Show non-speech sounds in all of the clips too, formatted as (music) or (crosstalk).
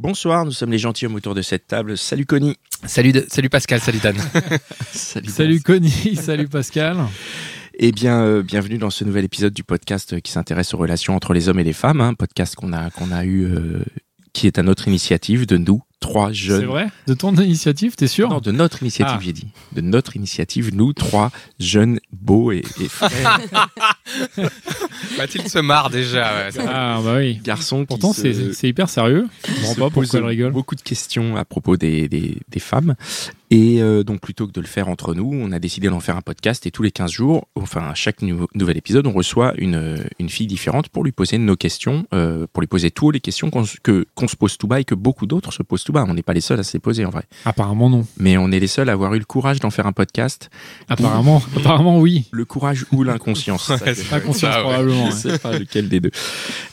Bonsoir, nous sommes les gentilshommes autour de cette table. Salut Connie. Salut, de- salut Pascal, salut Dan. (laughs) Salut. Salut Connie, (laughs) salut Pascal. Eh bien, euh, bienvenue dans ce nouvel épisode du podcast euh, qui s'intéresse aux relations entre les hommes et les femmes. Un podcast qu'on a, qu'on a eu, euh, qui est à notre initiative, de nous, trois jeunes. C'est vrai De ton initiative, t'es sûr Non, de notre initiative, Ah. j'ai dit. De notre initiative, nous, trois jeunes, beaux et, (laughs) et frères Mathilde se marre déjà. ouais. Ah bah oui. garçons. qui Pourtant, se- c'est c'est hyper sérieux. Je qui comprends se pas posent pourquoi elle rigole. beaucoup de questions à propos des, des- des femmes. Et euh, donc, plutôt que de le faire entre nous, on a décidé d'en faire un podcast. Et tous les 15 jours, enfin, à chaque nou- nouvel épisode, on reçoit une, euh, une fille différente pour lui poser nos questions, euh, pour lui poser toutes les questions qu'on se- que- qu'on se pose tout bas et que beaucoup d'autres se posent tout bas. On n'est pas les seuls à se les poser en vrai. Apparemment non. Mais on est les seuls à avoir eu le courage d'en faire un podcast. (laughs) Apparemment, apparemment oui. Le courage ou l'inconscience. C'est ça que- Pas conscience Ah ouais. probablement. hein. je ouais. sais pas lequel des deux.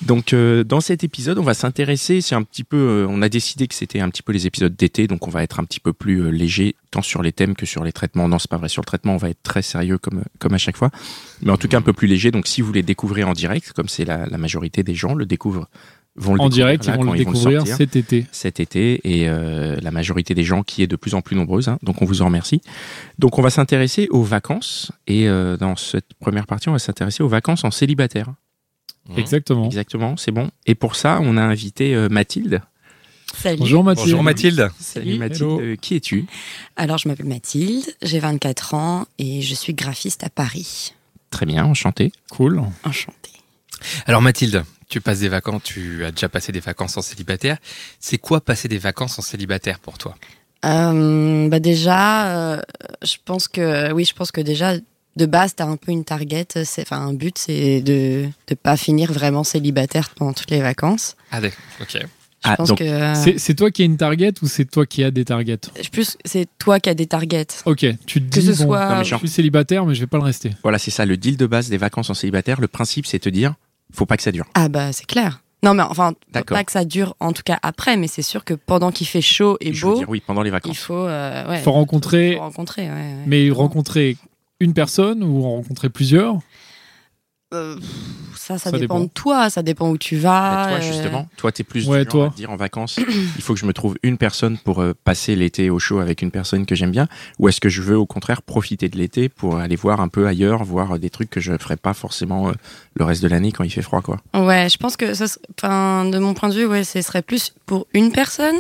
Donc euh, dans cet épisode, on va s'intéresser, c'est un petit peu euh, on a décidé que c'était un petit peu les épisodes d'été donc on va être un petit peu plus euh, léger tant sur les thèmes que sur les traitements. Non, c'est pas vrai sur le traitement, on va être très sérieux comme euh, comme à chaque fois, mais en tout cas un peu plus léger. Donc si vous les découvrez en direct comme c'est la, la majorité des gens le découvrent vont le En découvrir direct, là, ils vont quand le découvrir sortir cet été. cet été et euh, la majorité des gens qui est de plus en plus nombreuse. hein. donc on vous en remercie. Donc on va s'intéresser aux vacances et euh, dans cette première partie on va s'intéresser aux vacances en célibataire. Mmh. Exactement. Exactement, c'est bon. Et pour ça on a invité euh, Mathilde. Salut. Bonjour Mathilde. Bonjour Mathilde. Salut, Salut. Mathilde, Hello. Euh, qui es-tu Alors, je m'appelle Mathilde, j'ai 24 ans et je suis graphiste à Paris. Très bien, enchanté. Cool. Enchantée. Alors Mathilde, tu passes des vacances, tu as déjà passé des vacances en célibataire. C'est quoi passer des vacances en célibataire pour toi Euh, bah déjà, euh, je pense que oui, je pense que déjà de base, t'as un peu une target, c'est enfin un but, c'est de de pas finir vraiment célibataire pendant toutes les vacances. Ah d'accord, ok. Je Ah, pense donc, que euh, C'est c'est toi qui as une target ou c'est toi qui as des targets je- plus c'est toi qui as des targets. Ok, tu te Que dis ce bon, soit- Non, mais je suis célibataire mais je vais pas le rester. Voilà, c'est ça le deal de base des vacances en célibataire. Le principe, c'est te dire, faut pas que ça dure. Ah bah c'est clair. Non mais enfin D'accord. pas que ça dure en tout cas après, mais c'est sûr que pendant qu'il fait chaud et Je veux beau, dire, oui, pendant les il vacances. faut euh, ouais, Faut rencontrer faut rencontrer. ouais, ouais. mais rencontrer une personne ou en rencontrer plusieurs Euh, pff, ça, Ça ça, dépend, dépend. de toi, ça dépend où tu Mais vas. Bah, toi, euh, justement, toi, t'es plus Ouais, du genre toi. à te dire en vacances, (clears throat) il faut que je me trouve une personne pour euh, passer l'été au chaud avec une personne que j'aime bien, ou est-ce que je veux au contraire profiter de l'été pour aller voir un peu ailleurs, voir euh, des trucs que je ferais pas forcément euh, le reste de l'année quand il fait froid, (laughs) quoi. Ouais, je pense que ça, se- enfin, de mon point de vue, ouais, ce serait plus pour une personne,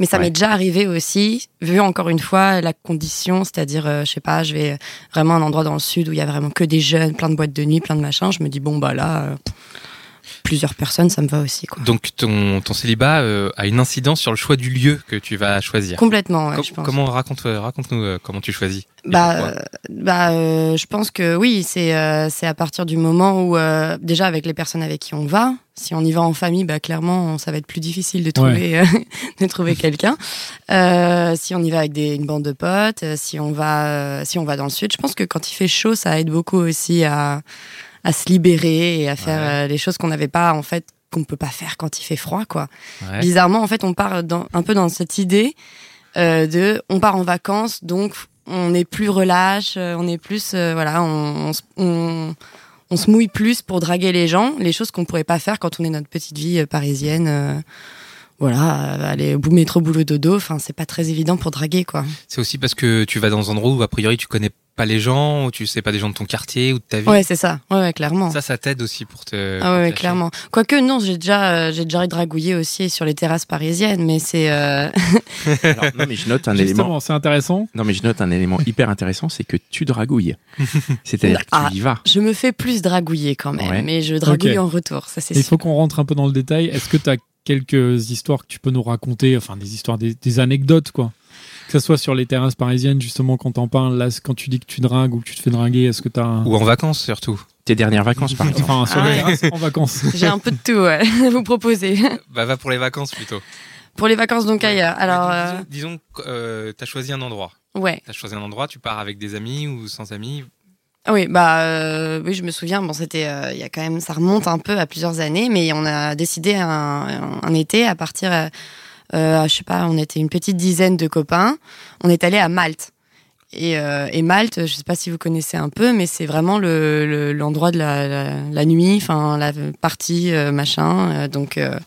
mais ça Ouais. m'est déjà arrivé aussi, vu encore une fois la condition, c'est-à-dire, euh, je sais pas, je vais vraiment à un endroit dans le sud où il y a vraiment que des jeunes, plein de boîtes de nuit, plein de machins, je me dis bon bah là, euh, plusieurs personnes, ça me va aussi quoi. Donc ton, ton célibat euh, a une incidence sur le choix du lieu que tu vas choisir. Complètement, ouais, Com- je pense. Comment raconte euh, raconte-nous euh, comment tu choisis. et Bah, pourquoi. euh, bah euh, je pense que oui, c'est euh, c'est à partir du moment où, euh, déjà avec les personnes avec qui on va, si on y va en famille, bah, clairement, ça va être plus difficile de trouver, euh, (laughs) de trouver quelqu'un. Euh, si on y va avec des, une bande de potes, euh, si on, va, euh, si on va dans le sud, je pense que quand il fait chaud, ça aide beaucoup aussi à, à se libérer et à faire euh, les choses qu'on n'avait pas, en fait, qu'on peut pas faire quand il fait froid, quoi. Ouais. Bizarrement, en fait, on part dans, un peu dans cette idée euh, de on part en vacances, donc on est plus relâche, euh, on est plus euh, voilà, on, on, se- on- on se mouille plus pour draguer les gens, les choses qu'on pourrait pas faire quand on est notre petite vie euh, parisienne. euh, voilà, euh, aller au bout métro boulot dodo, enfin c'est pas très évident pour draguer quoi. C'est aussi parce que tu vas dans un endroit où a priori tu connais pas les gens, ou tu sais pas des gens de ton quartier ou de ta ville. Ouais, c'est ça. Ouais, ouais, clairement. Ça, euh, ça t'aide aussi pour te. Ah pour ouais, ouais, te lâcher. clairement. Quoique non, j'ai déjà euh, j'ai déjà dragouillé aussi sur les terrasses parisiennes, mais c'est euh, (laughs) Alors, non, mais je note un élément. Justement, c'est intéressant. Non, mais je note un élément hyper intéressant, c'est que tu (laughs) dragouilles. C'est-à-dire que Ah. tu y vas. je me fais plus dragouiller quand même, Ouais. mais je dragouille Ok. en retour, ça c'est Il sûr. faut qu'on rentre un peu dans le détail. Est-ce que tu as quelques histoires que tu peux nous raconter Enfin, des histoires, des, des anecdotes, quoi. Que que ce soit sur les terrasses parisiennes, justement, quand t'en parles, là, quand tu dis que tu dragues ou que tu te fais draguer, est-ce que t'as un... Ou en vacances surtout. Tes dernières vacances, (laughs) par exemple. Enfin, sur Ah les ouais. terrasses (laughs) en vacances J'ai un peu de tout ouais, (laughs) à vous proposer. Bah va pour les vacances plutôt. Pour les vacances donc ailleurs. Alors Ouais, dis- disons, que euh, t'as choisi un endroit. euh, ouais. T'as choisi un endroit, tu pars avec des amis ou sans amis. Ah Oui, bah euh, oui, je me souviens. Bon, c'était euh, il y a quand même, ça remonte un peu à plusieurs années, mais on a décidé un, un- un été à partir, euh, euh, je sais pas, on était une petite dizaine de copains. On est allé à Malte. Et, euh, et Malte, je sais pas si vous connaissez un peu, mais c'est vraiment le- le- l'endroit de la, la, la nuit, enfin la partie euh, machin. euh, donc euh,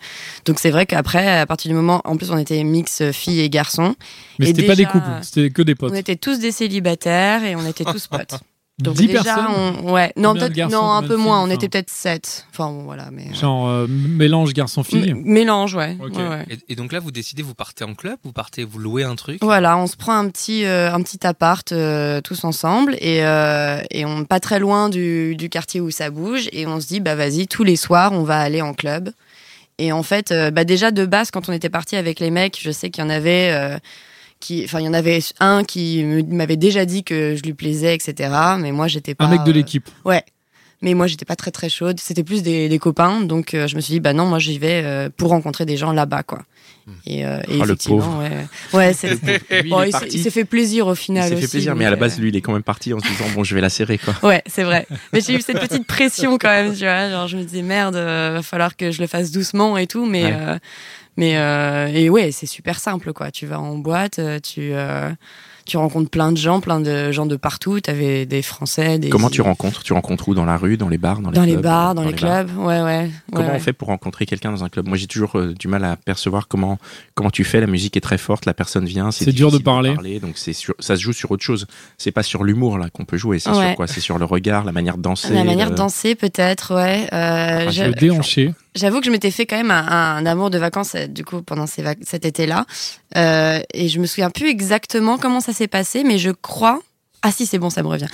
donc c'est vrai qu'après, à partir du moment, en plus on était mix euh, filles et garçons, Mais Et c'était pas des déjà, couples, c'était que des potes. on était tous des célibataires et on (laughs) était tous potes. Donc 10 déjà, personnes on... ouais. Non, Combien de peut-être- garçons, non, combien un de peu filles, moins. On enfin était peut-être 7. Enfin, bon, voilà. Mais... euh, Genre euh, mélange garçon-fille. M- mélange, ouais. Ok. Ouais, ouais. Et, et donc là, vous décidez, vous partez en club, vous partez, vous louez un truc. Voilà, on se prend un petit, euh, un petit appart euh, tous ensemble et, euh, et on pas très loin du, du quartier où ça bouge et on se dit bah vas-y tous les soirs on va aller en club et en fait euh, bah déjà de base quand on était parti avec les mecs je sais qu'il y en avait euh, qui enfin il y en avait un qui me- m'avait déjà dit que je lui plaisais etc mais moi j'étais pas Un mec de euh, l'équipe. Mais moi, j'étais pas très très chaude. C'était plus des, des copains, donc euh, je me suis dit bah non, moi j'y vais euh, pour rencontrer des gens là-bas quoi. Et, euh, et Ah, le effectivement, pauvre. ouais, (laughs) ouais, c'est. Lui, Bon, il est il s'est- il parti. s'est fait plaisir au Il final. s'est fait aussi, plaisir, donc, mais à la euh, base, lui, il est quand même parti en se disant bon, je vais la serrer, quoi. Ouais, c'est vrai. Mais j'ai eu cette petite pression quand même, tu vois. Genre, je me disais merde, euh, va falloir que je le fasse doucement et tout, mais Ouais. euh, mais euh, et ouais, c'est super simple quoi. Tu vas en boîte, euh, tu euh, tu rencontres plein de gens, plein de gens de partout. T'avais des Français, des Comment tu rencontres Tu rencontres où Dans la rue, dans les bars, dans les dans clubs les bars, dans, les bars clubs, ouais ouais. Comment ouais, on fait pour rencontrer quelqu'un dans un club Moi, j'ai toujours euh, du mal à percevoir comment comment tu fais. La musique est très forte, la personne vient, c'est C'est dur de difficile parler. donc c'est sur- ça se joue sur autre chose. C'est pas sur l'humour là qu'on peut jouer. C'est Ouais. sur quoi C'est sur le regard, la manière de danser. Ah, euh, La manière le- de danser, peut-être, ouais. Euh, Enfin, je- Le déhanché. J'avoue que je m'étais fait quand même un, un amour de vacances, euh, du coup, pendant ces vac- cet été-là. Euh, et je me souviens plus exactement comment ça s'est passé, mais je crois. Ah si, c'est bon, ça me revient.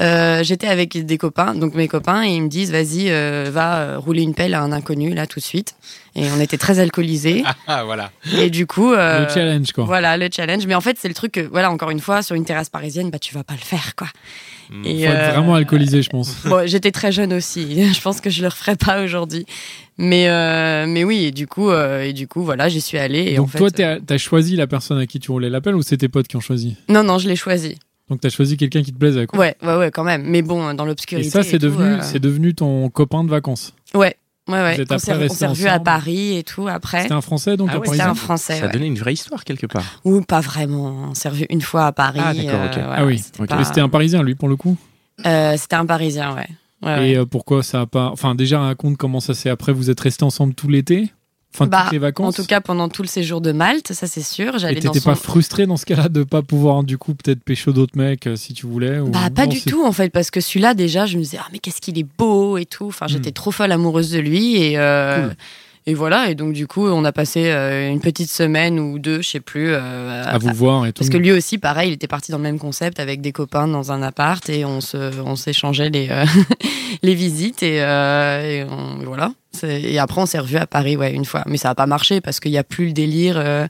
Euh, J'étais avec des copains, donc mes copains, et ils me disent, vas-y, euh, va euh, rouler une pelle à un inconnu, là, tout de suite. Et on était très alcoolisés. Ah, ah, voilà. et du coup... euh, Le challenge, quoi. Voilà, le challenge. Mais en fait, c'est le truc que, voilà, encore une fois, sur une terrasse parisienne, bah, tu vas pas le faire, quoi. Mm. Et, Faut euh, être vraiment alcoolisé, je pense. Bon, j'étais très jeune aussi. (laughs) Je pense que je le referais pas aujourd'hui. Mais euh, mais oui, et du coup euh, et du coup voilà, j'y suis allée et Donc en fait euh, toi, t'as t'as choisi la personne à qui tu roulais l'appel ou c'est tes potes qui ont choisi Non non, je l'ai choisi. Donc t'as choisi quelqu'un qui te plaisait, quoi. Ouais, ouais ouais quand même, mais bon dans et l'obscurité ça, c'est tout, devenu, euh, c'est devenu ton copain de vacances. Ouais. Ouais ouais, Vous êtes on après s'est on restés s'est revus à ensemble Paris et tout après. C'était un Français, donc Ah un ouais, C'était Parisien un Ça français a ouais. donné une vraie histoire quelque (laughs) part. ou pas vraiment, on s'est revus une fois à Paris. Ah, d'accord, ok. euh, voilà, Ah oui, c'était ok. pas- Mais c'était un Parisien, lui, pour le coup. euh, c'était un parisien ouais. Ouais, Ah ouais. Et euh, pourquoi ça a pas. Enfin, déjà, raconte comment ça s'est. Après, vous êtes restés ensemble tout l'été Enfin, Bah, toutes les en vacances tout cas pendant tout le séjour de Malte, ça c'est sûr, Et j'allais dans t'étais son pas frustré dans ce cas-là de pas pouvoir, du coup, peut-être pécho d'autres mecs euh, si tu voulais ou... Bah, pas Non, du c'est- tout, en fait, parce que celui-là, déjà, je me disais, ah, mais qu'est-ce qu'il est beau et tout. Enfin, j'étais trop folle amoureuse de lui et. euh, Hmm. Cool. Et voilà, et donc du coup, on a passé euh, une petite semaine ou deux, je sais plus. euh, À vous voir et tout. Parce que lui aussi, pareil, il était parti dans le même concept avec des copains dans un appart et on se, on s'échangeait les, euh, (laughs) les visites et, euh, et on- voilà. C'est- Et après, on s'est revus à Paris, ouais, une fois. Mais ça n'a pas marché parce qu'il n'y a plus le délire euh,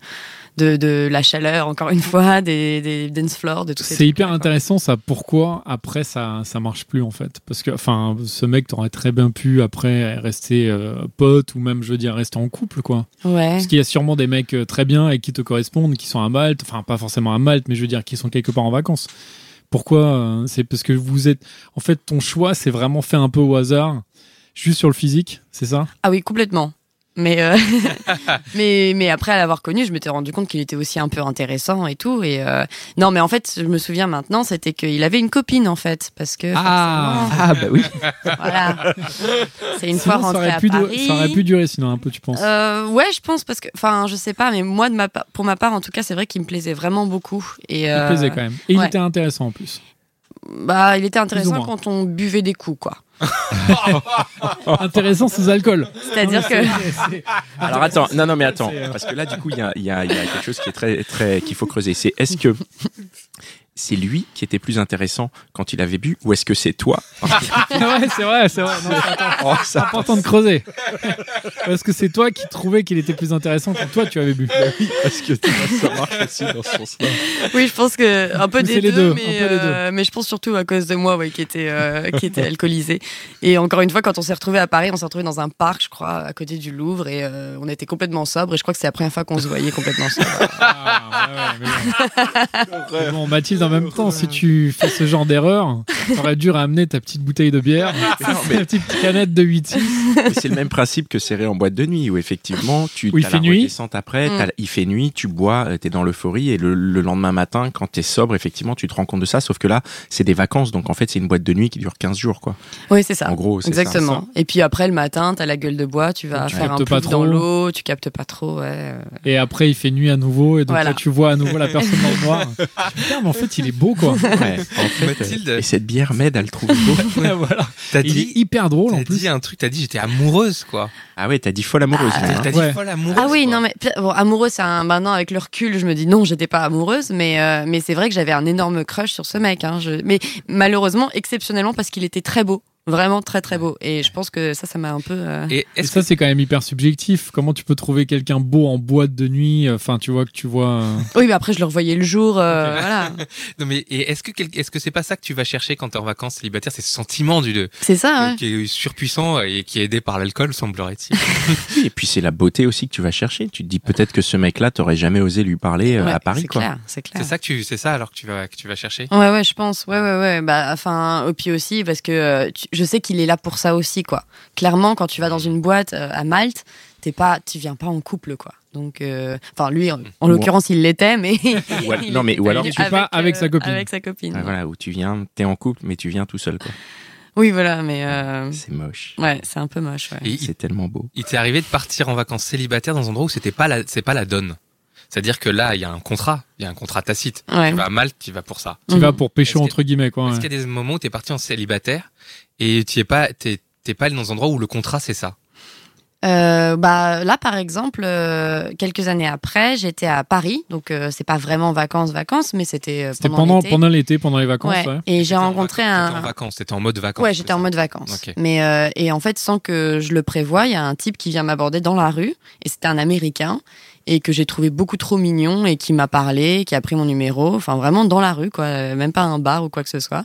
de, de la chaleur, encore une fois, des, des dance floors, de tout C'est hyper intéressant ça. Pourquoi après ça ça marche plus en fait Parce que enfin ce mec t'aurais très bien pu après rester euh, pote ou même je veux dire rester en couple quoi. Ouais. Parce qu'il y a sûrement des mecs euh, très bien et qui te correspondent, qui sont à Malte, enfin pas forcément à Malte, mais je veux dire qui sont quelque part en vacances. Pourquoi euh, C'est parce que vous êtes. En fait, ton choix c'est vraiment fait un peu au hasard, juste sur le physique, c'est ça Ah oui, complètement. Mais, euh, (laughs) mais, mais après l'avoir connu, je m'étais rendu compte qu'il était aussi un peu intéressant et tout. Et euh, non, mais en fait, je me souviens maintenant, c'était qu'il avait une copine en fait, parce que Ah bah oui. forcément, voilà, c'est Sinon, une fois ça, rentré à aurait pu du- Paris. ça aurait pu durer sinon un peu, tu penses Euh, ouais, je pense parce que, enfin, je sais pas, mais moi de ma pa- pour ma part, en tout cas, c'est vrai qu'il me plaisait vraiment beaucoup. Et Il euh, plaisait quand même. Et il ouais. était intéressant en plus. bah, il était intéressant moins. quand on buvait des coups, quoi. intéressant sans alcool. Oh. (laughs) C'est-à-dire que Alors attends, non non mais attends, parce que là du coup il y a, il y a- il y a quelque chose qui est très très qu'il faut creuser. C'est est-ce que c'est lui qui était plus intéressant quand il avait bu ou est-ce que c'est toi ouais, c'est vrai, c'est vrai. Non, c'est important. Oh, ça- C'est important de creuser. (laughs) Parce que c'est toi qui trouvais qu'il était plus intéressant que toi, tu avais bu. (laughs) Parce que tu vois, ça marche aussi dans ce sens-là. Oui, je pense que un peu C'est des les deux, deux, mais, un peu les deux. euh, mais je pense surtout à cause de moi, ouais, qui était euh, qui était alcoolisé. Et encore une fois, quand on s'est retrouvé à Paris, on s'est retrouvé dans un parc, je crois, à côté du Louvre, et euh, on était complètement sobre. Et je crois que c'est la première fois qu'on se voyait complètement sobre. Ah, ouais, ouais, mais bon. Mais bon, Mathilde, en même temps, si tu fais ce genre d'erreur, t'aurais dû ramener ta petite bouteille de (laughs) bière, ta petite canette de 8 Mais c'est le même principe que serré en boîte de nuit, où effectivement, tu Où il as fait la nuit. redescente après, Mm. t'as la- il fait nuit, tu bois, euh, t'es dans l'euphorie, et le, le lendemain matin, quand t'es sobre, effectivement, tu te rends compte de ça, sauf que là, c'est des vacances, donc en fait, c'est une boîte de nuit qui dure 15 jours, quoi. Oui, c'est ça. En gros, c'est ça. Exactement. Et puis après, le matin, t'as la gueule de bois, tu vas Tu faire un captes pas pouf dans trop. l'eau, tu captes pas trop. Ouais. euh, Et après, il fait nuit à nouveau, et donc Voilà. là, tu vois à nouveau la personne dans le (laughs) noir. Putain, mais en fait, il est beau, quoi. (laughs) Ouais, en fait, euh, Mathilde. et cette bière m'aide à le trouver beau. (laughs) Ouais, voilà. T'as Il dit, est hyper drôle, en t'as plus. dit un truc, t'as dit j'étais amoureuse, quoi. Ah ouais, t'as dit folle amoureuse. T'as hein. t'as Ouais. dit folle amoureuse. Ah oui, quoi. non mais p- bon, amoureux, c'est un maintenant avec le recul, je me dis non, j'étais pas amoureuse, mais euh, mais c'est vrai que j'avais un énorme crush sur ce mec. Hein, je- Mais malheureusement, exceptionnellement, parce qu'il était très beau, vraiment très très beau. Et je pense que ça, ça m'a un peu. euh, Et Et est-ce ça, c'est quand même hyper subjectif. Comment tu peux trouver quelqu'un beau en boîte de nuit euh, Enfin, tu vois que tu vois. euh, Oui, mais après, je le revoyais le jour, euh, voilà. Non mais et est-ce que quel- est-ce que c'est pas ça que tu vas chercher quand t'es en vacances célibataire, c'est ce sentiment du de- C'est ça. hein. qui est surpuissant et qui est aidé par l'alcool, (laughs) semblerait-il. Oui, Et puis, c'est la beauté aussi que tu vas chercher. Tu te dis peut-être que ce mec-là, t'aurais jamais osé lui parler euh, Ouais, à Paris, c'est quoi. clair, c'est clair. c'est ça que tu c'est ça alors que tu vas que tu vas chercher. Ouais, ouais, je pense. Ouais, ouais, ouais. Bah, enfin, au pied aussi, parce que euh, tu- je sais qu'il est là pour ça aussi, quoi. Clairement, quand tu vas dans une boîte euh, à Malte, t'es pas, tu viens pas en couple, quoi. Donc, euh, enfin, lui, en, en Ou- l'occurrence, il l'était, mais. (laughs) Ou al- il non, mais- était ou alors allé tu es pas avec sa copine. Avec sa copine. Ah, voilà, où tu viens, t'es en couple, mais tu viens tout seul, quoi. Oui, voilà, mais. euh, C'est moche. ouais, c'est un peu moche, ouais. Et il, C'est tellement beau. il t'est arrivé de partir en vacances célibataire dans un endroit où c'était pas la c'est pas la donne. C'est-à-dire que là, il y a un contrat, il y a un contrat tacite. Ouais. Tu vas à Malte, tu vas pour ça. Tu Mhm. vas pour pécho, Est-ce que- entre guillemets, quoi. Est-ce ouais. qu'il y a des moments où t'es parti en célibataire et tu es pas t'es t'es pas allé dans un endroit où le contrat c'est ça. Euh, bah là par exemple euh, quelques années après j'étais à Paris donc euh, c'est pas vraiment vacances vacances mais c'était euh, C'était pendant, l'été. pendant l'été, pendant les vacances, Ouais. ouais. et j'ai T'étais en rencontré vacances, un T'étais en vacances, t'étais en mode vacances. Ouais, j'étais en c'est mode vacances. Ok. Mais euh, et en fait, sans que je le prévoie, il y a un type qui vient m'aborder dans la rue et c'était un Américain et que j'ai trouvé beaucoup trop mignon et qui m'a parlé, qui a pris mon numéro, enfin vraiment dans la rue quoi, euh, même pas un bar ou quoi que ce soit.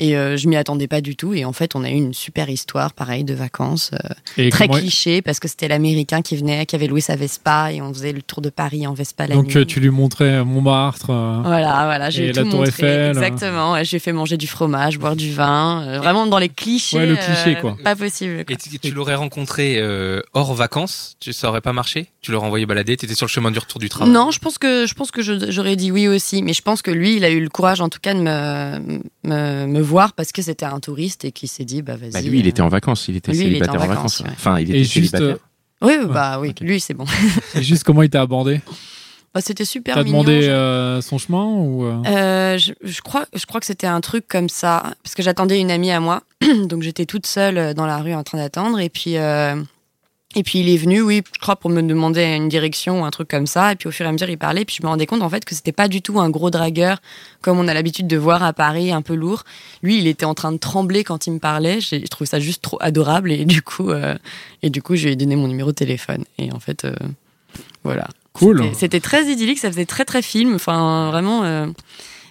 Et euh, je m'y attendais pas du tout et en fait, on a eu une super histoire pareil de vacances, euh, Et très comment- cliché parce que c'était l'Américain qui venait, qui avait loué sa Vespa et on faisait le tour de Paris en Vespa la Donc, nuit. euh, tu lui montrais Montmartre. euh, Voilà, voilà, j'ai Et tout la Tour montré. Eiffel. hein. Exactement, ouais, j'ai fait manger du fromage, boire du vin, euh, vraiment dans les clichés. Ouais, le cliché, euh, quoi. Pas possible. quoi. Et tu, tu l'aurais rencontré euh, hors vacances, tu, ça aurait pas marché Tu l'aurais envoyé balader, t'étais sur le chemin du retour du Ah. travail Non, je pense que je pense que je- j'aurais dit oui aussi, mais je pense que lui, il a eu le courage, en tout cas, de me me, me voir parce que c'était un touriste et qui s'est dit bah vas-y. Bah lui, il était en vacances, il était Lui, il était célibataire en en vacances, vacances. ouais. Enfin, il était Et juste, célibataire. euh, euh, Oui, bah oui, ok. lui c'est bon. (laughs) et juste comment il t'a abordé Bah, c'était super T'as mignon. demandé euh, son chemin ou euh, Euh, je, je crois, je crois que c'était un truc comme ça, parce que j'attendais une amie à moi, (clears throat) donc j'étais toute seule euh, dans la rue en train d'attendre, et puis euh, et puis il est venu, oui, je crois pour me demander une direction ou un truc comme ça, et puis au fur et à mesure il parlait, puis je me rendais compte en fait que c'était pas du tout un gros dragueur comme on a l'habitude de voir à Paris, un peu lourd. Lui, il était en train de trembler quand il me parlait, j'ai je trouve ça juste trop adorable, et du coup euh, et du coup je lui ai donné mon numéro de téléphone, et en fait euh, voilà. Cool. C'était- C'était très idyllique, ça faisait très très film, enfin vraiment. euh,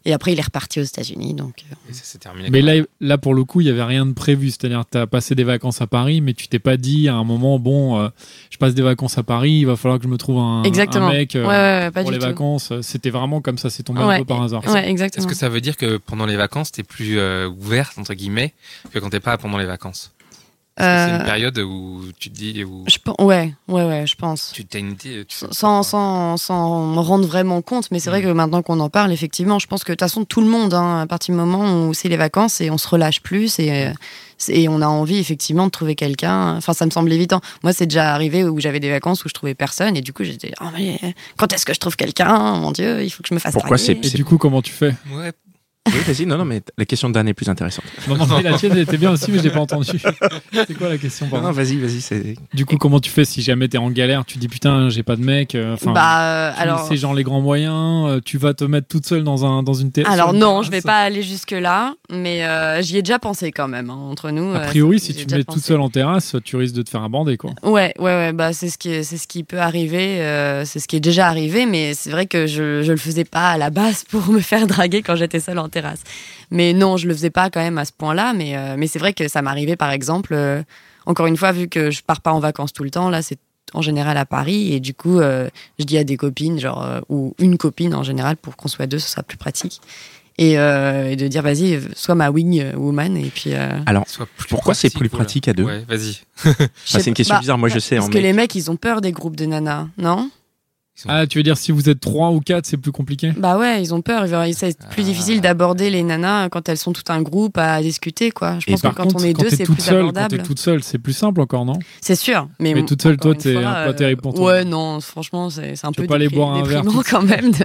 Et après, il est reparti aux États-Unis, donc. euh, Et ça s'est terminé. Mais là, là, pour le coup, il n'y avait rien de prévu. C'est-à-dire, tu as passé des vacances à Paris, mais tu t'es pas dit à un moment, bon, euh, je passe des vacances à Paris, il va falloir que je me trouve un, Exactement. un mec euh, ouais, ouais, ouais, pas pour du les tout. vacances. C'était vraiment comme ça, c'est tombé Ouais. un peu par hasard. Ouais, Est-ce exactement. que ça veut dire que pendant les vacances, t'es plus euh, ouverte, entre guillemets, que quand t'es pas pendant les vacances Est-ce que c'est Euh, une période où tu te dis, où je pen- Ouais, ouais, ouais, je pense. tu t'as une idée euh, tu- Sans, sans, sans me rendre vraiment compte, mais c'est Mm. vrai que maintenant qu'on en parle, effectivement, je pense que de toute façon, tout le monde, hein, à partir du moment où c'est les vacances et on se relâche plus et, euh, c'est- et on a envie effectivement de trouver quelqu'un. Enfin, ça me semble évident. Moi, c'est déjà arrivé où j'avais des vacances où je trouvais personne et du coup, j'étais, oh, mais quand est-ce que je trouve quelqu'un Mon Dieu, il faut que je me fasse Pourquoi draguer. Et C'est- du coup, comment tu fais Ouais, Oui, vas-y, non, non, mais la question de Dan est plus intéressante. Non, non, mais la tienne elle était bien aussi, mais je l'ai pas entendu. C'est quoi la question Non, pardon non, vas-y, vas-y, c'est. Du coup, comment tu fais si jamais t'es en galère Tu dis putain, j'ai pas de mec. euh, Enfin, bah, euh, tu- alors. c'est genre les grands moyens. euh, Tu vas te mettre toute seule dans un dans une terrasse. Alors non, je vais terrasse. pas aller jusque là, mais euh, j'y ai déjà pensé quand même hein, entre nous. A euh, priori, si c'est- j'ai tu te déjà mets toute pensé. seule en terrasse, tu risques de te faire abander quoi. Ouais, ouais, ouais, bah c'est ce qui, est- c'est ce qui peut arriver, euh, c'est ce qui est déjà arrivé, mais c'est vrai que je, je le faisais pas à la base pour me faire draguer quand j'étais seule en terrasse. Mais non, je le faisais pas quand même à ce point-là, mais euh, mais c'est vrai que ça m'arrivait par exemple. euh, encore une fois, vu que je pars pas en vacances tout le temps, là c'est en général à Paris et du coup euh, je dis à des copines genre euh, ou une copine en général pour qu'on soit deux, ce sera plus pratique. Et, euh, et de dire vas-y, sois ma wing woman et puis. euh, Bah, Soit plus Pourquoi c'est pratique, plus voilà. pratique à deux Ouais, vas-y. je c'est sais une pas- question bah, bizarre, moi je sais. Parce hein, que mais- les mecs, ils ont peur des groupes de nanas, non Ah, tu veux dire si vous êtes trois ou quatre, c'est plus compliqué Bah ouais, ils ont peur. Ils verront- C'est plus Ah. difficile d'aborder les nanas quand elles sont tout un groupe à discuter, quoi. Je Et pense que Par quand contre, on est quand deux, t'es c'est toute plus seule, Quand abordable. Euh, t'es toute seule, c'est plus simple encore, non C'est sûr. Mais, Mais toute seule, encore toi, une t'es fois, un peu euh, terrible pour toi. Ouais, non, franchement, c'est c'est un Tu peu veux pas aller dépri- boire un verre déprimant toute quand même. (laughs) de-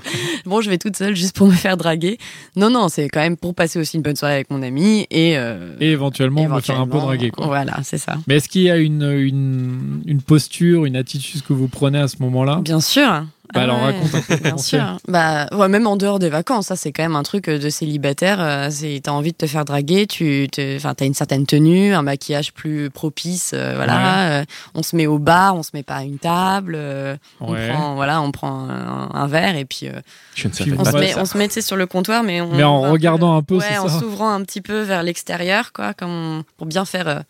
Bon, je vais toute seule juste pour me faire draguer. Non, non, c'est quand même pour passer aussi une bonne soirée avec mon ami et. euh, Et éventuellement, on va faire un peu éventuellement, draguer quoi. Voilà, c'est ça. Mais est-ce qu'il y a une, une, une posture, une attitude que vous prenez à ce moment-là Bien sûr. Ah Hein Bah, alors, ouais, raconte un peu Bien comment sûr. Bah, ouais, même en dehors des vacances, ça c'est quand même un truc euh, de célibataire. euh, C'est t'as envie de te faire draguer, tu, te- enfin t'as une certaine tenue, un maquillage plus propice, euh, voilà. euh, on se met au bar, on se met pas à une table. euh, On Ouais. prend, voilà, on prend un, un verre et puis euh, Je ne savais Puis pas. on, se Ouais, met, ça. on se met tu sais, sur le comptoir, mais on Mais en on va un peu- regardant un peu, ouais, c'est en ça s'ouvrant un petit peu vers l'extérieur, quoi, comme on- pour bien faire. euh,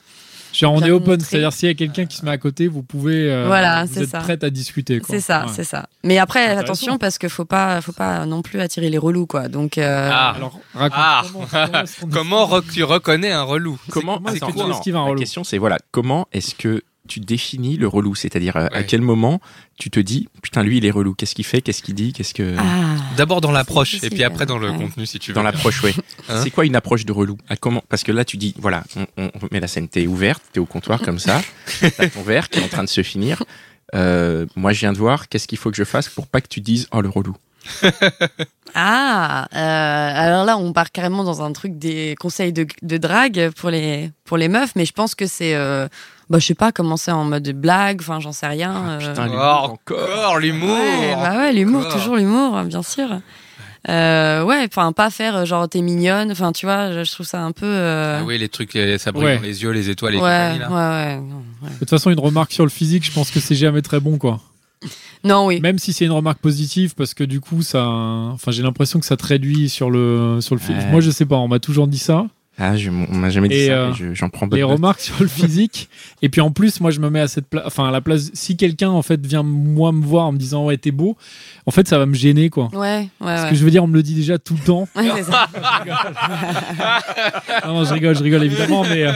Genre, on Bien est open, montrer. c'est-à-dire s'il y a quelqu'un qui se met à côté, vous pouvez. euh, Voilà, vous c'est êtes ça. prête à discuter. quoi. C'est ça, Ouais. c'est ça. Mais après, Intéressant. attention parce que faut pas, faut pas non plus attirer les relous, quoi. Donc euh, Ah. Alors, raconte. Ah. comment- comment est-ce qu'on- (laughs) Comment rec- tu reconnais un relou Comment Comment est-ce que attends, tu non, non, esquives La un relou question, c'est voilà, comment est-ce que tu définis le relou C'est-à-dire euh, à Ouais. quel moment tu te dis putain lui il est relou Qu'est-ce qu'il fait Qu'est-ce qu'il dit Qu'est-ce que ah. D'abord dans l'approche difficile, et puis après dans le ouais. contenu si tu veux. dans l'approche ouais. Hein c'est quoi une approche de relou À comment Parce que là tu dis voilà, on, on met la scène, t'es ouverte, t'es au comptoir (laughs) comme ça, t'as ton verre qui est en train de se finir. Euh, moi je viens de voir, qu'est-ce qu'il faut que je fasse pour pas que tu dises oh le relou Ah, euh, alors là, on part carrément dans un truc des conseils de, de drague pour les, pour les meufs, mais je pense que c'est, euh, bah, je sais pas, commencer en mode blague, enfin, j'en sais rien. euh. Putain Oh, l'humour encore. encore l'humour. Ouais, bah ouais, l'humour, Encore. toujours l'humour, hein, bien sûr. Euh, ouais, enfin, pas faire euh, genre t'es mignonne, enfin, tu vois, je, je trouve ça un peu. euh, Ah oui, les trucs, euh, ça brille Ouais. dans les yeux, les étoiles et ouais, compagnie, ouais, là. ouais, non, ouais. De toute façon, une remarque sur le physique, je pense que c'est jamais très bon, quoi. Non, oui. Même si c'est une remarque positive, parce que du coup, ça. Enfin, j'ai l'impression que ça te réduit sur le, sur le physique. Ouais. Moi, je sais pas, on m'a toujours dit ça. Ah je, on m'a jamais dit Et, ça, euh, mais je- j'en prends bonne les note. remarques sur le (laughs) physique. Et puis en plus, moi, je me mets à cette place, enfin à la place. Si quelqu'un en fait vient moi me voir en me disant ouais t'es beau, en fait ça va me gêner quoi. Ouais, ouais, Parce Ah ouais. que je veux dire, on me le dit déjà tout le temps. Ah Ouais, c'est ça. Non, non, je rigole, je rigole évidemment, mais (laughs) euh,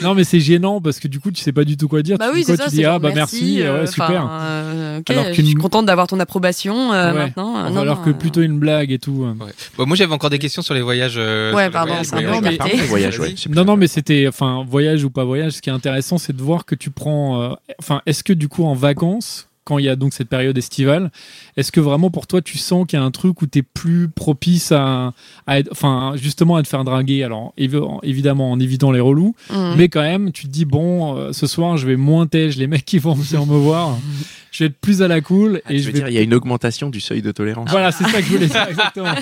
non, mais c'est gênant parce que du coup, tu sais pas du tout quoi dire. Bah tu oui, dis quoi c'est ça. Tu c'est dis ah genre bah merci, ouais, euh, enfin, super. euh, ok, Alors je qu'une- suis contente d'avoir ton approbation euh, Ouais. maintenant. euh, non, Alors non, que euh, plutôt une blague et tout. euh. Ouais. Bon, moi j'avais encore des questions sur les voyages. euh, Ouais, sur les pardon, voyages, c'est mais un peu on va embêté. parler des Voyage, ouais, Vas-y. c'est plus Non, non, ça. mais c'était, enfin, voyage ou pas voyage, ce qui est intéressant, c'est de voir que tu prends, euh, enfin, est-ce que du coup, en vacances, quand il y a donc cette période estivale, est-ce que vraiment pour toi, tu sens qu'il y a un truc où tu es plus propice à, à être, enfin, justement à te faire draguer Alors, évi- évidemment, en évitant les relous, Mmh. hum. mais quand même, tu te dis, bon, euh, ce soir, je vais moins tège les mecs qui vont venir me voir, (laughs) je vais être plus à la cool Ah, et tu je veux vais Bah, dire il y a une augmentation du seuil de tolérance. Ah. voilà, c'est ça que je voulais dire exactement.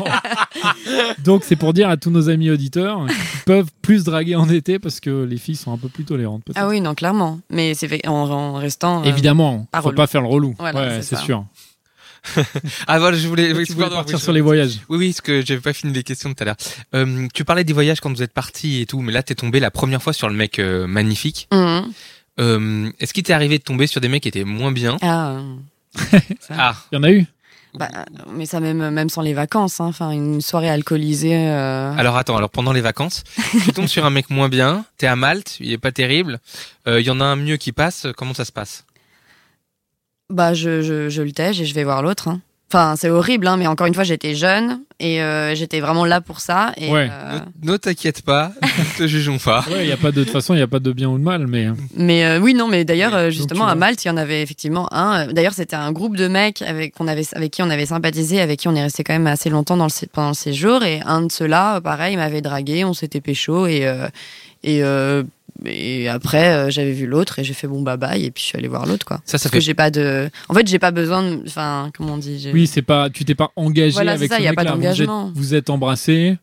Donc c'est pour dire à tous nos amis auditeurs qu'ils peuvent plus draguer en été parce que les filles sont un peu plus tolérantes. peut-être. Ah oui, non, clairement. Mais c'est fait- en, en restant. euh, Évidemment, pas faut relou. pas faire le relou. Voilà, ouais, c'est c'est ça. sûr. Ah voilà, je voulais. oui, tu voulais pardon, partir oui, sur je- les voyages. Oui, oui, parce que j'avais pas fini les questions tout à l'heure. Euh, tu parlais des voyages quand vous êtes partis et tout, mais là t'es tombé la première fois sur le mec euh, magnifique. hum. Euh, Est-ce qu'il t'est arrivé de tomber sur des mecs qui étaient moins bien Ah, euh, Ah, Il y en a eu bah, mais ça, même, même sans les vacances, hein. enfin, une soirée alcoolisée. euh, Ah. Alors attends, alors pendant les vacances, tu tombes sur un mec moins bien, t'es à Malte, il est pas terrible, euh, il y en a un mieux qui passe, comment ça se passe Bah, je, je, je le tège et je vais voir l'autre. hein. Enfin, c'est horrible, hein, mais encore une fois, j'étais jeune et euh, j'étais vraiment là pour ça. Et, Ouais. euh, Ne, ne t'inquiète pas, ne te jugeons pas. Ouais, y a pas de de toute façon, il n'y a pas de bien ou de mal, mais hein. Mais euh, oui, non, mais d'ailleurs, euh, tu justement, vois. à Malte, il y en avait effectivement un. Euh, D'ailleurs, c'était un groupe de mecs avec, qu'on avait, avec qui on avait sympathisé, avec qui on est resté quand même assez longtemps dans le, sé- pendant le séjour. Et un de ceux-là, euh, pareil, il m'avait dragué, on s'était pécho. Et, euh, et, euh, et après, euh, j'avais vu l'autre et j'ai fait bon, bye bye. Et puis, je suis allée voir l'autre, quoi. Ça, ça Parce que fait j'ai pas de. En fait, j'ai pas besoin de. Enfin, comment on dit j'ai- oui, c'est pas, tu t'es pas engagé Voilà, c'est avec ça, ce y a pas mec-là. Vous êtes, d'engagement. vous êtes embrassés.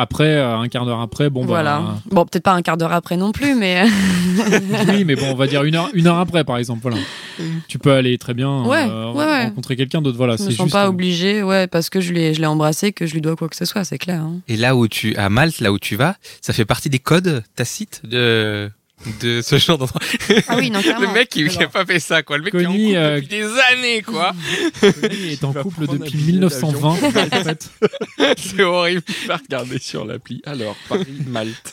Après, euh, un quart d'heure après, bon bah, voilà. Bon, peut-être pas un quart d'heure après non plus, mais. (laughs) oui, mais bon, on va dire une heure, une heure après, par exemple. (laughs) Voilà. tu peux aller très bien Ouais, euh, ouais, ouais. rencontrer quelqu'un d'autre. Voilà, Je c'est me sens juste. pas euh, obligée, ouais, parce que je l'ai je l'ai embrassé, que je lui dois quoi que ce soit, c'est clair. hein. Et là où tu, à Malte, là où tu vas, ça fait partie des codes tacites de, de ce genre d'endroit. Ah oui, non, clairement. Le mec, il Alors. n'a pas fait ça, quoi. Le mec qui est en Connie, couple euh, depuis des années, (laughs) quoi. Connie est en Tu vas couple prendre un depuis billet (laughs) 1920. en fait. C'est horrible. va regarder sur l'appli. Alors, Paris-Malte.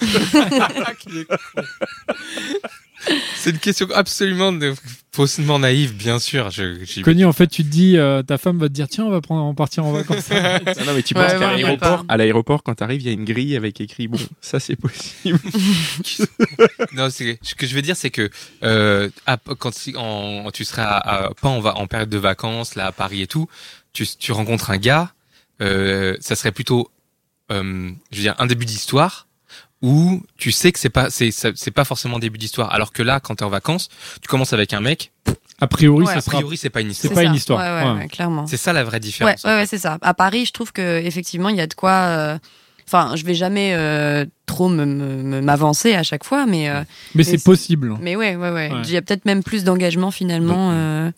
C'est une question absolument de- faussement naïve, bien sûr. Je, j'y- Connie, en fait, tu te dis, euh, ta femme va te dire, tiens, on va prendre, on va partir en vacances. Ah non, mais tu Ouais, penses ouais, qu'à on l'aéroport- prépare. à l'aéroport, quand t'arrives, il y a une grille avec écrit bon, ça c'est possible. non, c'est, ce que je veux dire, c'est que euh, à- quand si- en- tu seras à- à- pas en, va- en période de vacances, là, à Paris et tout, tu, tu rencontres un gars, euh, ça serait plutôt, euh, je veux dire, un début d'histoire où tu sais que c'est pas, c'est, ça- c'est pas forcément début d'histoire. Alors que là, quand t'es en vacances, tu commences avec un mec, A priori, Ouais. ça a sera. priori, c'est pas une C'est histoire. pas ça. une histoire. Ouais, ouais, Ouais. ouais, clairement. C'est ça la vraie Ouais, différence. ouais, ouais, c'est ça. À Paris, je trouve que effectivement, il y a de quoi. euh, Enfin, je vais jamais euh, trop me- me- me- m'avancer à chaque fois, mais euh, Mais c'est c'est- possible. mais ouais, ouais, ouais. Ouais. Il y a peut-être même plus d'engagement finalement. euh,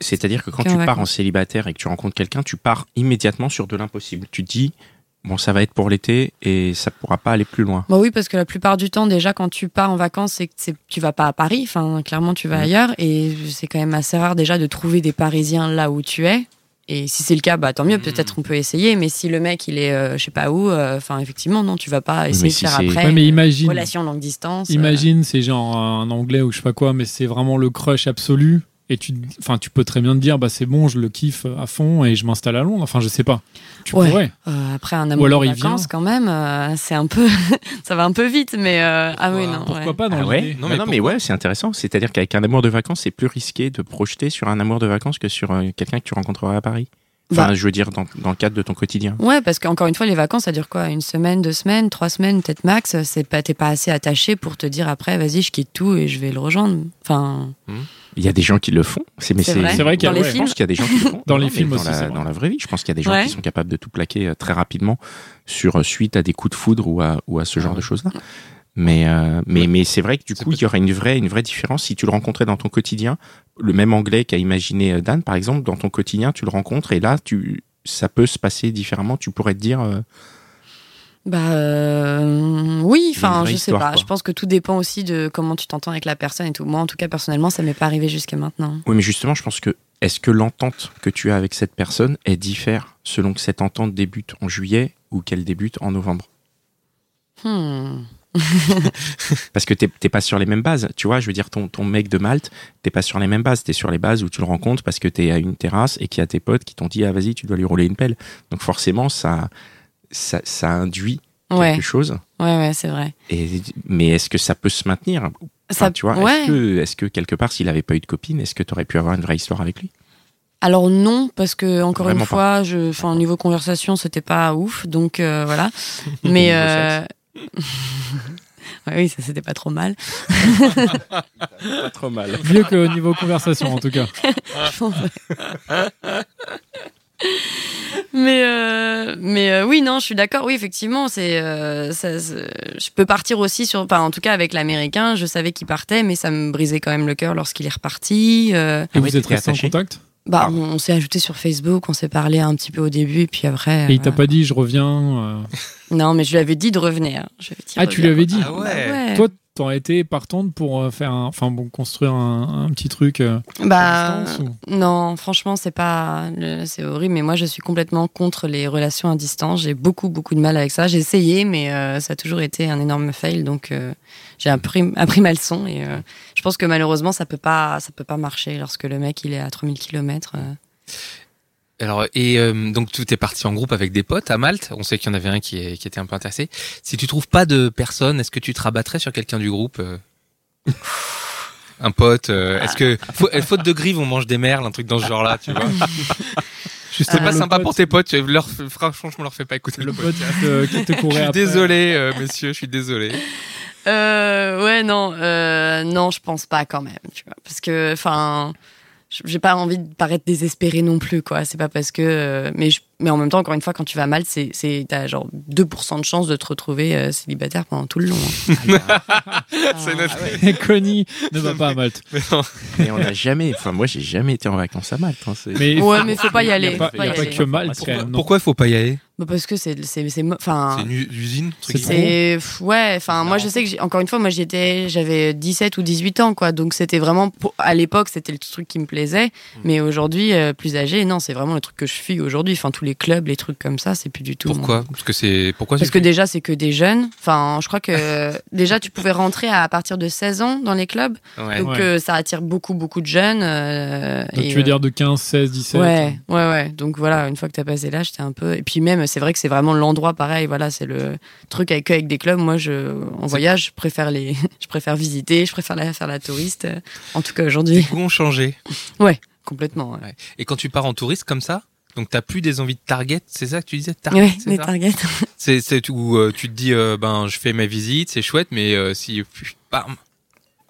C'est-à-dire que quand Qu'en tu pars vacances. en célibataire et que tu rencontres quelqu'un, tu pars immédiatement sur de l'impossible. Tu te dis bon, ça va être pour l'été et ça pourra pas aller plus loin. Bah oui, parce que la plupart du temps, déjà, quand tu pars en vacances, c'est que c'est- tu vas pas à Paris. Enfin, clairement, tu vas Mhm. ailleurs, et c'est quand même assez rare déjà de trouver des Parisiens là où tu es. Et si c'est le cas, bah tant Mm. mieux. Mhm. Peut-être on peut essayer. Mais si le mec, il est, euh, je sais pas où. euh, Enfin, effectivement, non, tu vas pas essayer mais de si faire c'est- après. Ouais, mais euh, imagine. Relation longue distance. euh, Imagine, c'est genre un anglais ou je sais pas quoi, mais c'est vraiment le crush absolu. Et tu, enfin, tu peux très bien te dire, bah c'est bon, je le kiffe à fond et je m'installe à Londres. Enfin, je sais pas. Tu Ouais. pourrais. Euh, après un amour alors de il vient. vacances quand même, euh, c'est un peu, (laughs) ça va un peu vite, mais euh, ah oui non. Pourquoi ouais. pas dans Ah l'idée ouais Non, Non, mais mais, non, mais ouais, c'est intéressant. C'est-à-dire qu'avec un amour de vacances, c'est plus risqué de projeter sur un amour de vacances que sur euh, quelqu'un que tu rencontreras à Paris. Enfin, je veux dire, dans, dans le cadre de ton quotidien. Ouais, parce qu'encore une fois, les vacances, ça dure quoi Une semaine, deux semaines, trois semaines, peut-être max. C'est pas, t'es pas assez attaché pour te dire après, vas-y, je quitte tout et je vais le rejoindre. Enfin, Il y a des gens qui le font. C'est mais C'est vrai. C'est vrai qu'il y a- Dans les Je films. pense qu'il y a des gens qui le font. Dans les mais films dans aussi, la- c'est vrai. dans la vraie vie, je pense qu'il y a des gens Ouais. qui sont capables de tout plaquer euh, très rapidement sur euh, suite à des coups de foudre ou à, ou à ce genre de choses-là. Mais, euh, mais, mais c'est vrai que du C'est coup, il y aurait une vraie, une vraie différence si tu le rencontrais dans ton quotidien. Le même anglais qu'a imaginé euh, Dan, par exemple, dans ton quotidien, tu le rencontres et là, tu, ça peut se passer différemment. Tu pourrais te dire, euh, bah euh, oui, Il y a une enfin, vraie je sais histoire, pas. quoi. Je pense que tout dépend aussi de comment tu t'entends avec la personne et tout. Moi, en tout cas, personnellement, ça m'est pas arrivé jusqu'à maintenant. Oui, mais justement, je pense que est-ce que l'entente que tu as avec cette personne, elle diffère selon que cette entente débute en juillet ou qu'elle débute en novembre Hmm. Parce que t'es t'es pas sur les mêmes bases, tu vois. Je veux dire, ton, ton mec de Malte, t'es pas sur les mêmes bases. T'es sur les bases où tu le rencontres parce que t'es à une terrasse et qu'il y a tes potes qui t'ont dit ah vas-y, tu dois lui rouler une pelle. Donc forcément, ça ça, ça induit Ouais, quelque chose. ouais, ouais, c'est vrai. Et, mais est-ce que ça peut se maintenir Ah, Enfin, Tu vois, ouais. est-ce que, est que quelque part, s'il avait pas eu de copine, est-ce que t'aurais pu avoir une vraie histoire avec lui Alors non, parce que encore Vraiment une fois, je, enfin au niveau conversation, c'était pas ouf, donc euh, (laughs) voilà. Mais Niveau euh, (laughs) ouais, oui, ça c'était pas trop mal. Pas trop mal. Mieux qu'au niveau conversation, en tout cas. (laughs) mais euh, mais euh, oui, non, je suis d'accord. Oui, effectivement, c'est, euh, ça, c'est- je peux partir aussi sur, enfin en tout cas avec l'américain, je savais qu'il partait, mais ça me brisait quand même le cœur lorsqu'il est reparti. euh. Et Ah ouais, vous êtes t'étais restés en attaché contact bah, Ah. on, on s'est ajouté sur Facebook, on s'est parlé un petit peu au début, et puis après. Et il t'a euh, pas dit, je reviens. euh, Non, mais je lui avais dit de revenir. hein. Je lui avais dit, Ah, tu reviens. lui avais dit. Ah Bah ouais. Toi, t'aurais été partante pour euh, faire, un- enfin, bon, construire un, un petit truc. euh, à Bah, distance ou- non, franchement, c'est pas, le- c'est horrible. Mais moi, je suis complètement contre les relations à distance. J'ai beaucoup, beaucoup de mal avec ça. J'ai essayé, mais euh, ça a toujours été un énorme fail. Donc, euh, j'ai appris, appris ma leçon. Et euh, je pense euh. que malheureusement, ça peut pas, ça peut pas marcher lorsque le mec il est à 3000 km. Alors et euh, donc tu t'es parti en groupe avec des potes à Malte. On sait qu'il y en avait un qui, est- qui était un peu intéressé. Si tu trouves pas de personne, est-ce que tu te rabattrais sur quelqu'un du groupe euh Un pote euh, Est-ce que Ah. faut- euh, faute de grive, on mange des merles, un truc dans ce genre-là, tu vois (laughs) Juste C'est pas le sympa pote- pour tes potes. tu Leur, franchement, leur fais pas écouter Le le pote pote. euh, qui te Je courait suis après. Ah, désolé, euh, messieurs, je suis désolé. Euh, ouais, non, euh, non, je pense pas quand même, tu vois, parce que, enfin, j- j'ai pas envie de paraître désespérée non plus, quoi. C'est pas parce que, euh, mais je- mais en même temps, encore une fois, quand tu vas mal, c'est, c'est, t'as genre 2% de chance de te retrouver euh, célibataire pendant tout le long. hein. (laughs) C'est notre- Connie ne va pas à Malte. (laughs) Mais non. Et on n'a jamais, enfin moi j'ai jamais été en vacances à Malte. hein, c'est- Mais Ouais, mais faut pas y Ah, il aller. n'y a pas, faut pas y a y pas aller. que Malte quand Pourquoi- même. non. Pourquoi il faut pas y aller Bah, parce que c'est, c'est, c'est, mo- C'est enfin, une u- usine, un truc C'est- qui- Ah. c'est, pff, ouais, enfin, C'est moi, je marrant. sais que, j'ai- encore une fois, moi, j'étais, j'avais 17 ou 18 ans, quoi. Donc, c'était vraiment, pour- à l'époque, c'était le truc qui me plaisait. Mm. Mais aujourd'hui, euh, plus âgé, non, c'est vraiment le truc que je fuis aujourd'hui. Enfin, tous les clubs, les trucs comme ça, c'est plus du tout. mon- Pourquoi Parce que c'est pourquoi Parce c'est- que déjà, c'est que des jeunes. Enfin, je crois que (laughs) déjà, tu pouvais rentrer à, à partir de 16 ans dans les clubs. Ouais. Donc, Ouais. euh, ça attire beaucoup, beaucoup de jeunes. euh, Donc et, tu veux euh, dire de 15, 16, 17 Ouais, ouais, ouais. Donc voilà, une fois que t'as passé l'âge, t'es un peu. Et puis même, c'est vrai que c'est vraiment l'endroit pareil. Voilà, c'est le truc avec, avec des clubs. Moi, je, en voyage, je préfère les, (laughs) je préfère visiter, je préfère la, faire la touriste. euh, En tout cas, les aujourd'hui, goûts ont changé. complètement. ouais. Et quand tu pars en touriste comme ça, donc t'as plus des envies de target, c'est ça que tu disais Target, Ouais, c'est les ça targets. C'est c'est où euh, tu te dis euh, ben je fais ma visite, c'est chouette, mais euh, si puis, bam.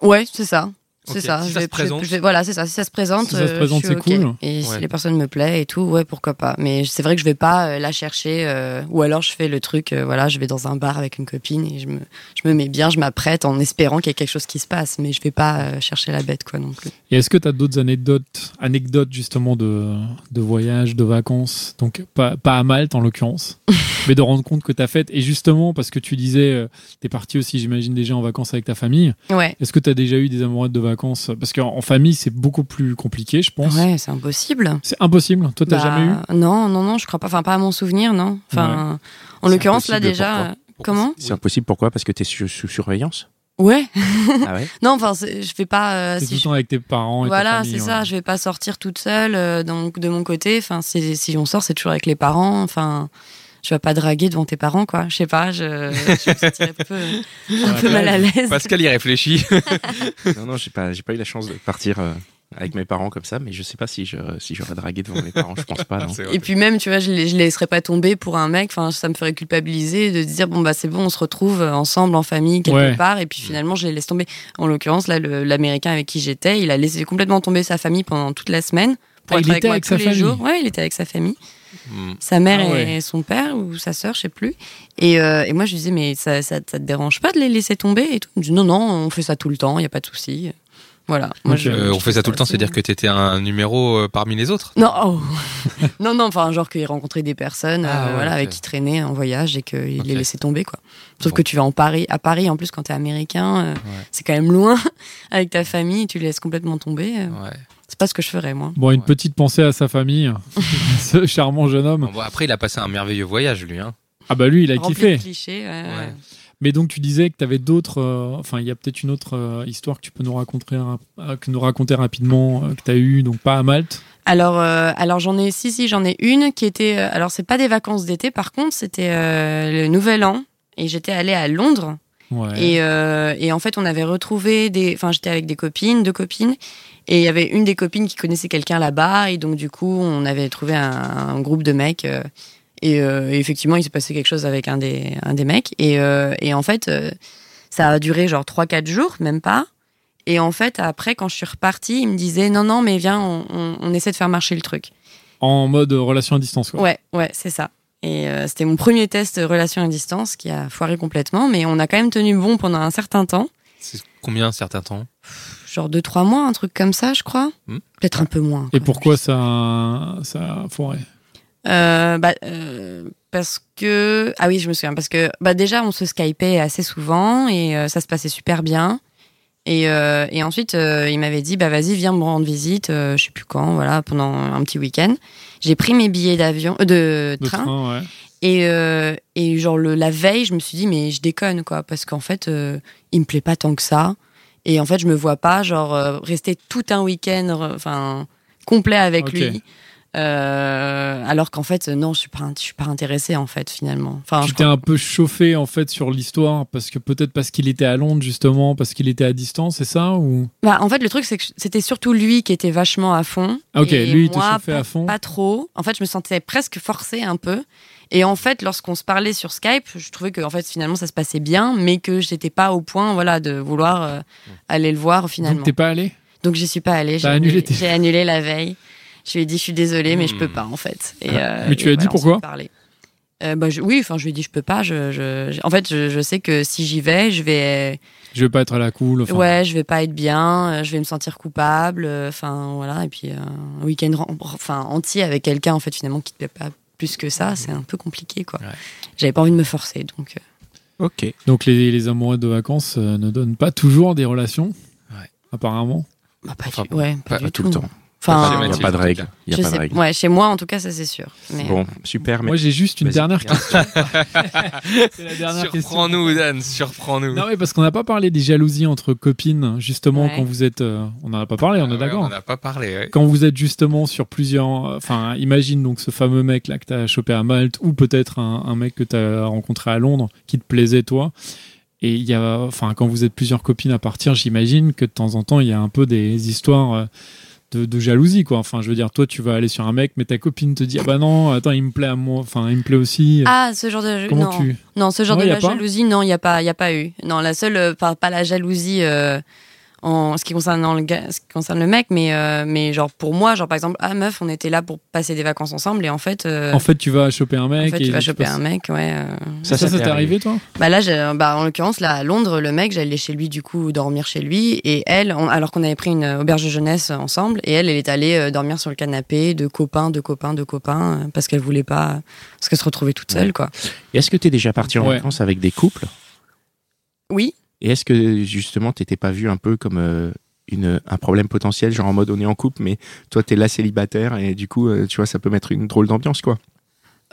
Ouais, c'est ça. C'est Ok, ça. si je ça vais- se présente. je vais- voilà, c'est ça. Si ça se présente, Si ça se euh, je présente, suis c'est ok. cool. Et Ouais. si les personnes me plaisent et tout, ouais, pourquoi pas. Mais c'est vrai que je vais pas euh, la chercher. euh, ou alors je fais le truc, euh, voilà, je vais dans un bar avec une copine et je me, je me mets bien, je m'apprête en espérant qu'il y ait quelque chose qui se passe. Mais je vais pas euh, chercher la bête, quoi, non plus. Et est-ce que tu as d'autres anecdotes, anecdotes justement de, de voyages, de vacances Donc pas, pas à Malte en (laughs) l'occurrence, mais de rendre compte que tu as fait. Et justement, parce que tu disais, tu es parti aussi, j'imagine, déjà en vacances avec ta famille. Ouais. Est-ce que tu as déjà eu des amoureux de vacances Parce qu'en en famille, c'est beaucoup plus compliqué, je pense. Ouais, c'est impossible. C'est impossible. Toi, t'as Bah, jamais eu Non, non, non, je crois pas. Enfin, pas à mon souvenir, non. Enfin, en C'est l'occurrence, là, impossible, déjà. pourquoi euh, Comment C'est impossible pourquoi Parce que t'es sous, sous (laughs) surveillance. Ouais. Ah ouais. Non, enfin, c'est- je fais pas. euh, T'es si tout le je- temps avec tes parents et ta Voilà, famille, c'est ouais. ça. Je vais pas sortir toute seule euh, dans- de mon côté. Enfin, c'est- si on sort, c'est toujours avec les parents. Enfin, tu vas pas draguer devant tes parents, quoi. Je sais pas. Je, je me sentirais un peu, un peu mal à l'aise. Pascal y (laughs) réfléchit. non non, j'ai pas, j'ai pas eu la chance de partir euh, avec mes parents comme ça, mais je sais pas si je, si j'aurais dragué devant mes parents. Je pense pas. Non. (laughs) C'est vrai. Et puis même, tu vois, je les, je les laisserais pas tomber pour un mec. Enfin, ça me ferait culpabiliser de dire bon bah c'est bon, on se retrouve ensemble en famille quelque Ouais. part. Et puis Mm. finalement, je les laisse tomber. En l'occurrence, là, le- l'américain avec qui j'étais, il a laissé complètement tomber sa famille pendant toute la semaine pour Ah, être il avec était moi avec tous sa les famille. jours. Ouais, il était avec sa famille. Hmm. sa mère Ah ouais. et son père ou sa sœur, je sais plus. Et, euh, et moi, je lui disais, mais ça, ça, ça te dérange pas de les laisser tomber et tout Il me dit, non, non, on fait ça tout le temps, il n'y a pas de souci. Voilà. Moi, Ok. je, Euh, je on fait trouve ça tout le temps, c'est-à-dire que t'étais un numéro euh, parmi les autres. Non, oh. (laughs) non, non, enfin, genre qu'il rencontrait des personnes Ah euh, ouais, voilà, ok. avec qui traînait en voyage et qu'il Ok. les laissait tomber, quoi. Sauf Bon. que tu vas en Paris, à Paris, en plus, quand t'es américain, euh, c'est quand même loin (laughs) avec ta famille, tu les laisses complètement tomber. euh, Ouais. C'est pas ce que je ferais, moi. Bon, une Ouais. petite pensée à sa (laughs) famille, ce charmant jeune homme. Bon, bon, après, il a passé un merveilleux voyage, lui. Hein. Ah bah lui, il a Rempli kiffé. de clichés, ouais, ouais. Mais donc tu disais que tu avais d'autres. euh, enfin, il y a peut-être une autre euh, histoire que tu peux nous raconter, rap- euh, que nous raconter rapidement, euh, que tu as eu, donc pas à Malte. Alors, euh, alors j'en ai, si, si, j'en ai une qui était. euh, alors, c'est pas des vacances d'été, par contre, c'était euh, le Nouvel An. Et j'étais allée à Londres. Ouais. Et, euh, et en fait, on avait retrouvé des. Enfin, j'étais avec des copines, deux copines. Et il y avait une des copines qui connaissait quelqu'un là-bas. Et donc, du coup, on avait trouvé un, un groupe de mecs. euh, et, euh, et effectivement, il s'est passé quelque chose avec un des, un des mecs. Et, euh, et en fait, euh, ça a duré genre 3-4 jours, même pas. Et en fait, après, quand je suis repartie, il me disait Non, non, mais viens, on- on- on essaie de faire marcher le truc. En mode euh, relation à distance, quoi. Ouais, ouais, c'est ça. Et euh, c'était mon premier test relation à distance qui a foiré complètement, mais on a quand même tenu bon pendant un certain temps, C'est combien un certain temps genre deux trois mois, un truc comme ça, je crois. Hmm. Peut-être un peu moins. Et quoi. pourquoi ça, ça a foiré Euh, bah, euh, parce que ah oui, je me souviens parce que bah déjà on se skypait assez souvent et euh, ça se passait super bien. Et, euh, et ensuite, euh, il m'avait dit, bah vas-y, viens me rendre visite, euh, je sais plus quand, voilà, pendant un petit week-end. J'ai pris mes billets d'avion, euh, de Le train, train, ouais. Et, euh, et genre le, la veille, je me suis dit mais je déconne quoi, parce qu'en fait euh, il me plaît pas tant que ça. Et en fait je me vois pas genre euh, rester tout un week-end, re- enfin complet avec Ok. lui. Euh, alors qu'en fait, non, je suis pas, je suis pas intéressée en fait finalement. Enfin, Tu je t'es crois- un peu chauffé en fait sur l'histoire parce que peut-être parce qu'il était à Londres justement, parce qu'il était à distance, c'est ça ou Bah, en fait, le truc c'est que c'était surtout lui qui était vachement à fond. Ah, ok, Et lui, il te moi, chauffait à pas- fond. Pas trop. En fait, je me sentais presque forcée un peu. Et en fait, lorsqu'on se parlait sur Skype, je trouvais que en fait finalement ça se passait bien, mais que j'étais pas au point voilà de vouloir euh, aller le voir finalement. Donc t'es pas allé Donc j'y suis pas allée. J'ai T'as annulé annulé, tes- j'ai annulé la veille. Je lui ai dit, je suis désolée, mais je peux Hmm. pas en fait. Et, Ah. euh, Mais tu et as dit voilà, on s'est pourquoi parlé. Euh, bah, je- oui, enfin, je lui ai dit, je peux pas. Je, je- je- En fait, je, je sais que si j'y vais, je vais, Je vais pas être à la cool. Enfin, ouais, je vais pas être bien. euh, Je vais me sentir coupable. euh, Enfin, voilà. Et puis, euh, un week-end, ren- enfin, entier avec quelqu'un en fait, finalement, qui te plaît pas plus que ça, c'est un peu compliqué, quoi. Ouais. J'avais pas envie de me forcer, donc. euh, Ok. Donc les, les amoureux de vacances euh, ne donnent pas toujours des relations. Ouais. Apparemment. bah, pas Enfin, du- ouais, pas, pas- du Pas tout le temps. Ah, Il Enfin, n'y a Mathieu, pas de c'est règle. tout Il n'y a je pas de sais- règle. ouais, chez moi, en tout cas, ça c'est sûr. Mais, Bon, super. Moi Mais... j'ai juste une Vas-y. dernière (laughs) question. C'est la dernière question. Surprends-nous, Dan, surprends-nous. Non mais parce qu'on n'a pas parlé des jalousies entre copines justement Ouais. quand vous êtes. euh, on n'en a pas parlé, on Ah est ouais, d'accord. On n'a pas parlé, ouais. Quand vous êtes justement sur plusieurs, euh, enfin, imagine donc ce fameux mec là que t'as chopé à Malte ou peut-être un, un mec que t'as rencontré à Londres qui te plaisait toi. Et il y a, enfin, quand vous êtes plusieurs copines à partir, j'imagine que de temps en temps il y a un peu des histoires euh, de, de jalousie quoi. Enfin, je veux dire, toi tu vas aller sur un mec, mais ta copine te dit ah bah non, attends il me plaît à moi, enfin il me plaît aussi. Ah, ce genre de. Comment non. tu Non, ce genre Non, de y a la pas jalousie, non, il n'y a, pas- y a pas eu. Non, la seule, euh, pas, pas la jalousie euh, en ce qui, concerne le gars, ce qui concerne le mec, mais, euh, mais genre pour moi, genre par exemple, ah meuf, on était là pour passer des vacances ensemble et en fait, euh, En fait, tu vas choper un en mec. fait, et tu vas tu choper passes- un mec, ouais. euh. Ça, ça, t'est t'est arrivé toi Bah là, j'ai- bah, en l'occurrence, là, à Londres, le mec, j'allais chez lui, du coup, dormir chez lui. Et elle, on- alors qu'on avait pris une auberge de jeunesse ensemble, et elle, elle est allée euh, dormir sur le canapé de copains, de copains, de copains, euh, parce qu'elle voulait pas parce qu'elle se retrouvait toute seule, quoi. Et Est-ce que tu es déjà parti en Ouais. vacances avec des couples Oui, Et est-ce que justement t'étais pas vu un peu comme euh, une, un problème potentiel, genre en mode on est en couple, mais toi t'es là célibataire et du coup, euh, tu vois, ça peut mettre une drôle d'ambiance quoi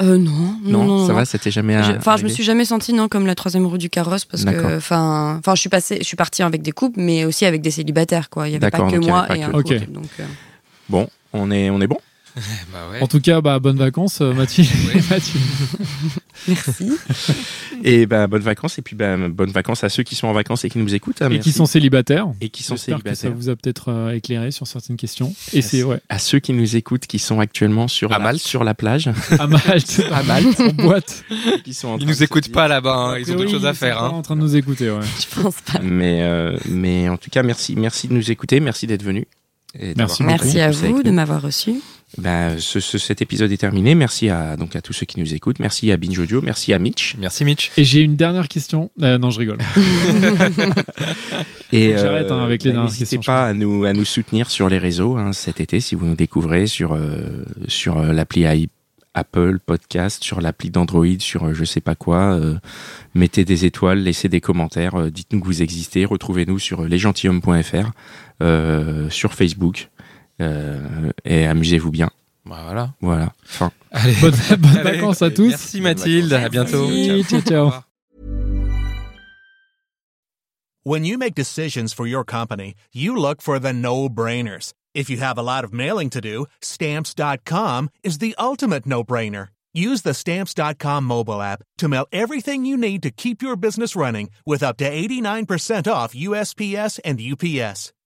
euh, non, non, non, ça non. va, ça t'est jamais Je- arrivé Enfin, je me suis jamais sentie non comme la troisième roue du carrosse parce D'accord. que enfin, enfin, je suis passée, je suis partie avec des couples, mais aussi avec des célibataires quoi. Il y avait pas D'accord, que donc il y moi avait et pas un que- Ok. couple. Donc, euh, Bon, on est, on est bon Bah ouais. En tout cas, bah bonnes vacances, euh, Mathilde. Ouais. (laughs) Mathilde. merci. (laughs) Et bah, bonnes vacances. Et puis, bah, bonnes vacances à ceux qui sont en vacances et qui nous écoutent. hein, Et merci. qui sont célibataires. et qui sont J'espère que ça célibataires. vous a peut-être euh, éclairé sur certaines questions. Et c'est ouais, À ceux qui nous écoutent, qui sont actuellement sur, À la, Malte. sur la (laughs) plage, à Malte, à Malte, en boîte. qui sont en Ils train de nous se écoutent dire- pas là-bas, hein, ils ont Oui, d'autres choses à ils faire. sont pas hein. En train de nous écouter, ouais. Je pense pas. Mais, euh, mais en tout cas, merci, merci de nous écouter, merci d'être venu. et d'avoir Merci partagé Merci à tout ça avec vous de nous. m'avoir reçu. Bah, ce, ce- cet épisode est terminé. Merci à, donc à tous ceux qui nous écoutent. Merci à Binge Audio. Merci à Mitch. Merci Mitch. Et j'ai une dernière question. Euh, non, je rigole. Et J'arrête, hein, avec les bah, dernières n'hésitez questions, je pas à nous, à nous soutenir sur les réseaux hein, cet été si vous nous découvrez sur, euh, sur euh, l'appli i- Apple Podcast, sur l'appli d'Android, sur euh, je sais pas quoi. euh, mettez des étoiles, laissez des commentaires, euh, dites-nous que vous existez. Retrouvez-nous sur euh, lesgentilhommes.fr, euh, sur Facebook. euh, et amusez-vous bien. Bah voilà. Voilà. Fin. Allez. Bonnes, bonnes Allez. vacances à tous. Merci Mathilde, à bientôt. Merci, ciao, Au ciao. revoir. When you make decisions for your company, you look for the no brainers. If you have a lot of mailing to do, stamps.com is the ultimate no brainer. Use the stamps.com mobile app to mail everything you need to keep your business running with up to 89% off USPS and UPS.